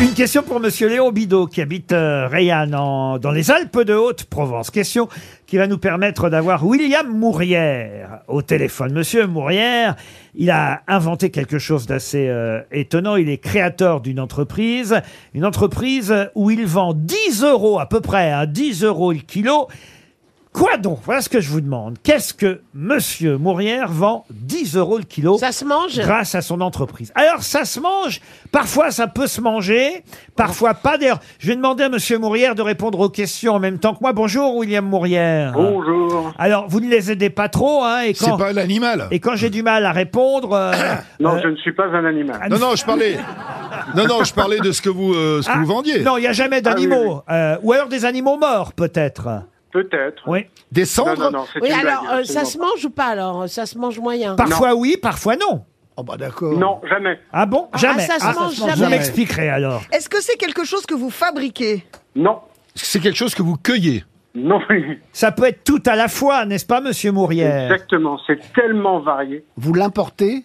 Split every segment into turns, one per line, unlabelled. Une question pour Monsieur Léo Bidot qui habite euh, Rayanne en- dans les Alpes de Haute-Provence. Question qui va nous permettre d'avoir William Mourière au téléphone. Monsieur Mourière, il a inventé quelque chose d'assez euh, étonnant. Il est créateur d'une entreprise, une entreprise où il vend 10 euros à peu près, hein, 10 euros le kilo. Quoi donc Voilà ce que je vous demande. Qu'est-ce que Monsieur Mourière vend 10 euros le kilo
Ça se mange
grâce à son entreprise. Alors ça se mange, parfois ça peut se manger, parfois pas. D'ailleurs, je vais demander à Monsieur Mourière de répondre aux questions en même temps que moi. Bonjour William Mourière.
Bonjour.
Alors vous ne les aidez pas trop, hein, et
C'est
quand,
pas l'animal.
et quand j'ai du mal à répondre, euh,
Non,
euh,
je ne suis pas un animal.
Non, non, je parlais. Non, non, je parlais de ce que vous, euh, ce que
ah,
vous vendiez.
non, il n'y a jamais
Ah oui,
d'animaux, Euh, ou alors des animaux morts peut-être.
Peut-être.
Oui.
Des
Non, non,
cendres
non, c'est
Oui,
une
alors,
blague,
euh, ça
absolument
se mange ou pas alors euh, Ça se mange moyen
Parfois oui, parfois non.
Oh, bah
pas.
d'accord.
Non, jamais.
Ah bon
Ah,
Jamais.
ça se mange
Vous
jamais.
m'expliquerez alors.
Est-ce que c'est quelque chose que vous fabriquez
Non.
C'est quelque chose que vous cueillez.
Non, oui.
Ça peut être tout à la fois, n'est-ce pas, Monsieur Mourière
Exactement. C'est tellement varié.
Vous l'importez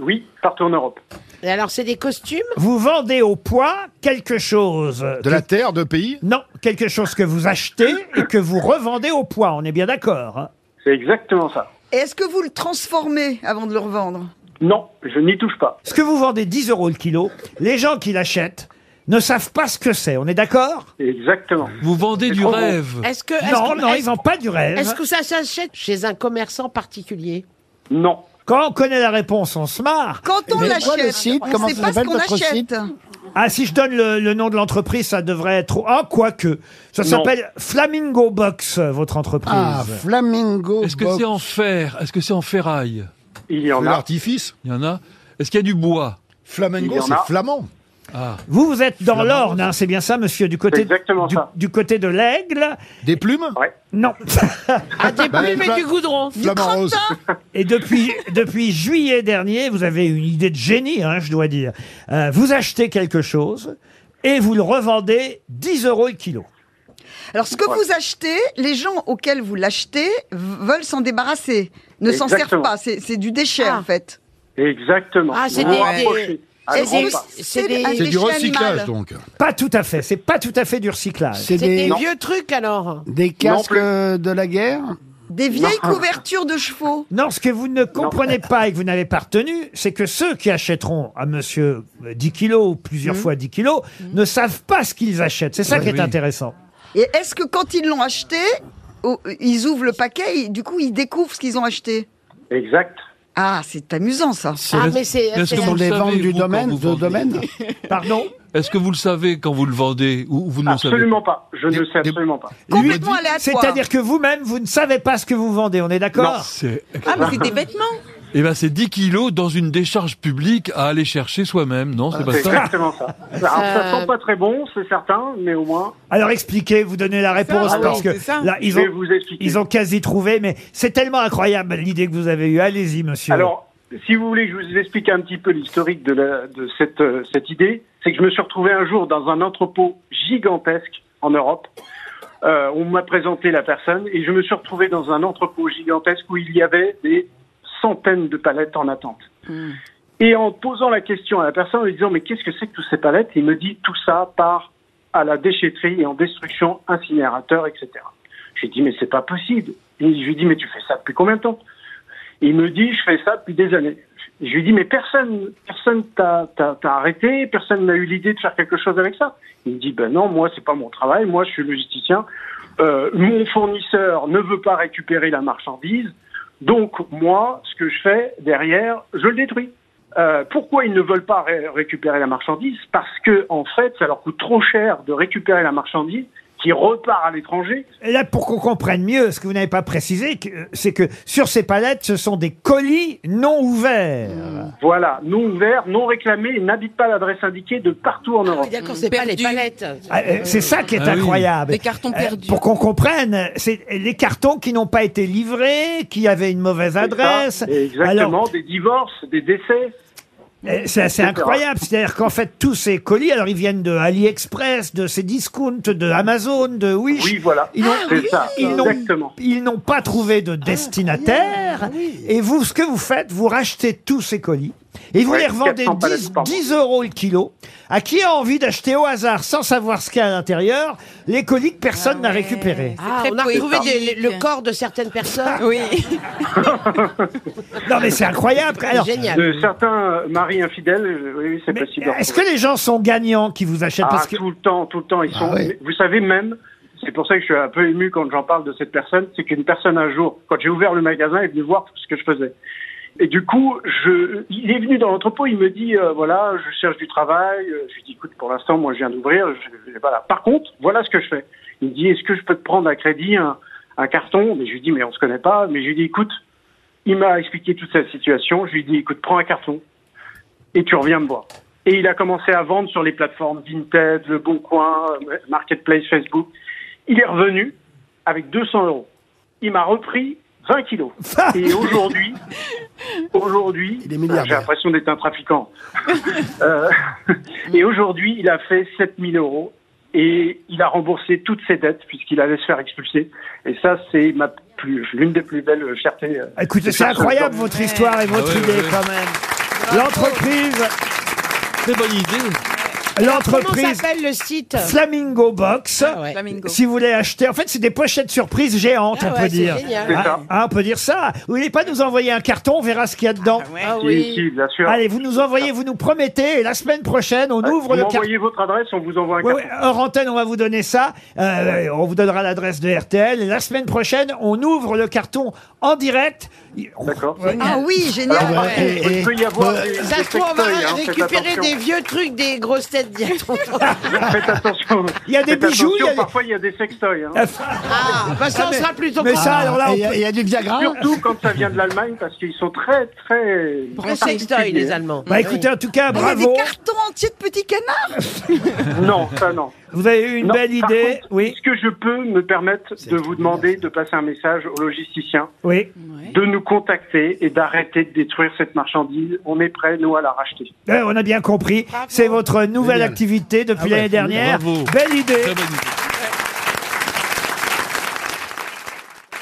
Oui, partout en Europe.
Et alors, c'est des costumes
Vous vendez au poids quelque chose
De la terre, de pays.
Non, quelque chose que vous achetez et que vous revendez au poids, on est bien d'accord. hein.
C'est exactement ça.
Et est-ce que vous le transformez avant de le revendre
Non, je n'y touche pas.
Ce que vous vendez 10 euros le kilo, les gens qui l'achètent ne savent pas ce que c'est, on est d'accord
Exactement.
Vous vendez
C'est
du
trop gros.
rêve.
Est-ce que, est-ce
Non,
que-
non,
est-ce-
ils vendent pas du rêve.
est-ce que ça s'achète chez un commerçant particulier
Non.
Quand on connaît la réponse, on se marre.
Quand on
Mais c'est quoi
l'achète,
le site
on
Comment
ne sait
ça
pas ce
s'appelle
qu'on
votre
achète.
site
Ah, si je donne le, le nom de l'entreprise, ça devrait être... Ah, quoique. Ça
Non.
s'appelle Flamingo Box, euh, votre entreprise.
Ah, Flamingo
Est-ce que
Box.
c'est en fer Est-ce que c'est en ferraille
Il y en a.
L'artifice.
Il y en a. Est-ce qu'il y a du bois
Il y
Flamengo,
en
c'est
a.
flamand.
Ah,
vous, vous êtes dans l'Orne, hein, c'est bien ça, monsieur, du côté,
C'est exactement
du,
ça.
du côté de l'Aigle.
Des plumes.
Non.
Ah, des
Bah,
plumes
bah-
et du goudron
Flamand rose.
Et depuis, depuis juillet dernier, vous avez une idée de génie, hein, je dois dire. Euh, vous achetez quelque chose et vous le revendez 10 euros le kilo.
Alors, ce que
Voilà.
vous achetez, les gens auxquels vous l'achetez v- veulent s'en débarrasser, ne s'en servent
Exactement.
pas. C'est c'est du déchet,
Ah.
en fait.
Exactement.
Ah, c'est
Vous
des-
vous rapprochez. À
c'est
grands
des-
pas.
c'est des-
un
C'est
C'est du
déchet
recyclage
animal.
donc.
Pas tout à fait, c'est pas tout à fait du recyclage.
C'est
C'est
des,
des
Non.
vieux trucs alors
des casques
plus.
euh, de la guerre
Des vieilles couvertures de chevaux.
Non, ce que vous ne comprenez pas et que vous n'avez pas retenu, c'est que ceux qui achèteront à monsieur euh, 10 kilos ou
Mmh.
plusieurs fois 10 kilos ne savent pas ce qu'ils achètent. C'est ça
Oui,
qui est
oui.
intéressant.
Et est-ce que quand ils l'ont acheté, oh, ils ouvrent le paquet, et du coup, ils découvrent ce qu'ils ont acheté
Exact.
Ah, c'est amusant, ça.
Ah,
le-
mais c'est.
est-ce
c'est
que
Ce
la-
sont
vous
des
le savez,
ventes du
vous, quand
domaine,
vous
de
vendez
domaine
Pardon
Est-ce que vous le savez quand vous le vendez ou vous ne le savez
Absolument pas. Je ne
Des-
sais
des-
absolument pas.
Complètement aléatoire.
C'est-à-dire que vous-même, vous ne savez pas ce que vous vendez, on est
pas
d'accord
C'est
Ah, mais c'est des vêtements.
eh ben, c'est 10 kilos dans une décharge publique à aller chercher soi-même, non C'est
Ah, C'est
pas ça
exactement ça. Alors, ça sent pas très bon, c'est certain, mais au moins,
Alors expliquez, vous donnez la réponse
ah oui,
parce
c'est ça.
que là, ils
je vais
ont,
vous expliquer.
Ils ont quasi trouvé, mais c'est tellement incroyable l'idée que vous avez eue. Allez-y, monsieur.
Alors, si vous voulez que je vous explique un petit peu l'historique de, la- de cette, euh, cette idée, c'est que je me suis retrouvé un jour dans un entrepôt gigantesque en Europe. Euh, on m'a présenté la personne et je me suis retrouvé dans un entrepôt gigantesque où il y avait des centaines de palettes en attente. Et en posant la question à la personne, en lui disant mais qu'est-ce que c'est que toutes ces palettes, il me dit tout ça part à la déchetterie et en destruction, incinérateur, etc. J'ai dit mais c'est pas possible. Et je lui dis mais tu fais ça depuis combien de temps il me dit, je fais ça depuis des années. Je lui dis, mais personne, personne t'a t'a- t'a arrêté, personne n'a eu l'idée de faire quelque chose avec ça. Il me dit, ben non, moi, c'est pas mon travail, moi, je suis logisticien. Euh, mon fournisseur ne veut pas récupérer la marchandise, donc moi, ce que je fais derrière, je le détruis. Euh, pourquoi ils ne veulent pas ré- récupérer la marchandise Parce que, en fait, ça leur coûte trop cher de récupérer la marchandise qui repart à l'étranger.
Et là, pour qu'on comprenne mieux, ce que vous n'avez pas précisé, que- euh, c'est que sur ces palettes, ce sont des colis non ouverts.
Mmh.
Voilà, non ouvert, non réclamé, ils n'habitent pas l'adresse indiquée de partout en Europe.
Oui, D'accord, c'est pas les
Perdu.
palettes.
Ah, euh, C'est ça qui est
Ah oui.
incroyable.
Des cartons
Euh,
perdus.
Pour qu'on comprenne, c'est les cartons qui n'ont pas été livrés, qui avaient une mauvaise adresse.
C'est ça, Exactement,
Alors,
des divorces, des décès.
euh, c'est assez
etc.
incroyable. C'est-à-dire qu'en fait, tous ces colis, alors ils viennent de AliExpress, de Cdiscount, de Amazon, de Wish.
Ah Oui, voilà.
Ils n'ont-
c'est ça,
ils n'ont-
exactement.
Ils n'ont
Ah,
pas trouvé de destinataire. Et vous, ce que vous faites, vous rachetez tous ces colis Et vous
Ouais,
les revendez
400 palettes
10,
par mois.
10 euros le kilo. À qui a envie d'acheter au hasard, sans savoir ce qu'il y a à l'intérieur, les colis que personne n'a récupérés
Ah,
très
on a retrouvé des-
poétique.
le corps de certaines personnes.
Oui.
Non mais c'est incroyable. Alors,
Génial.
De certains maris infidèles, euh, oui, oui, c'est
mais
possible.
est-ce que les gens sont gagnants qui vous achètent
Ah,
parce que... Ah
tout le temps, tout le temps, ils sont.
ouais.
mais Vous savez même, c'est pour ça que je suis un peu ému quand j'en parle de cette personne, c'est qu'une personne un jour, quand j'ai ouvert le magasin, est venue voir tout ce que je faisais. Et du coup, je, il est venu dans l'entrepôt, il me dit, euh, voilà, je cherche du travail. Euh, Je lui dis, écoute, pour l'instant, moi, je viens d'ouvrir. je- je- Voilà. Par contre, voilà ce que je fais. Il me dit, est-ce que je peux te prendre à crédit un, un carton Mais je lui dis, mais on se connaît pas. Mais je lui dis, écoute, il m'a expliqué toute sa situation. Je lui dis, écoute, prends un carton et tu reviens me voir. Et il a commencé à vendre sur les plateformes Vinted, Le Bon Coin, euh, Marketplace, Facebook. Il est revenu avec 200 euros. Il m'a repris 20 kilos. Et aujourd'hui, aujourd'hui,
Il est
j'ai
milliardaire.
l'impression d'être un trafiquant. Euh, et aujourd'hui, il a fait 7000 euros et il a remboursé toutes ses dettes puisqu'il allait se faire expulser. Et ça, c'est ma plus, l'une des plus belles fiertés. euh,
Écoutez, c'est incroyable votre histoire et votre
Ah ouais,
idée
ouais.
quand même. L'entreprise,
Très bonne idée.
Comment
l'entreprise
s'appelle le site
Flamingo Box.
Ah ouais.
Flamingo.
Si vous voulez acheter, en fait, c'est des pochettes surprises géantes,
Ah
on
ouais,
peut
c'est
dire.
génial.
Ah, ah, on peut dire ça. Vous voulez pas nous envoyer un carton, on verra ce qu'il y a dedans.
Ah
Si, si,
oui.
bien sûr. Euh,
Allez, vous nous envoyez, vous nous promettez, et la semaine prochaine, on
Ah, Vous
ouvre le carton.
m'envoyez votre adresse, on vous envoie un
Ouais,
carton.
ouais, hors antenne, on va vous donner ça. Euh, on vous donnera l'adresse de RTL. Et la semaine prochaine, on ouvre le carton en direct. Il- on-
D'accord.
Ah oui, génial.
Ah ouais,
euh,
et-
Il peut y avoir
Bah,
des,
Ça
des
se trouve, on va
sextoys, hein, faites
récupérer
attention.
des vieux trucs, des grosses têtes d'il y a 30 ans.
Faites attention.
Il y a des
Faites
bijoux, il y a
attention,
des-
Parfois, il y a des sextoys. hein.
Ah, bah ça, on sera plutôt
Mais
content.
ça, alors là, on
Et Il y, a- il y a du
Ah.
Viagra
Surtout quand ça vient de l'Allemagne, parce qu'ils sont très, très.
Le sextoy, les Allemands.
Bah écoutez, en tout cas,
Ah, Il y a des
bravo.
cartons entiers de petits canards.
Non, ça non.
Vous avez eu une
Non,
belle
par
idée.
contre,
Oui,
Est-ce que je peux me permettre de vous demander de passer un message aux logisticiens,
oui.
de nous contacter et d'arrêter de détruire cette marchandise On est prêts, nous, à la racheter.
Euh, on a bien compris. C'est votre nouvelle
Génial.
activité depuis
Ah ouais,
l'année dernière.
bravo.
Belle idée.
Très bonne idée.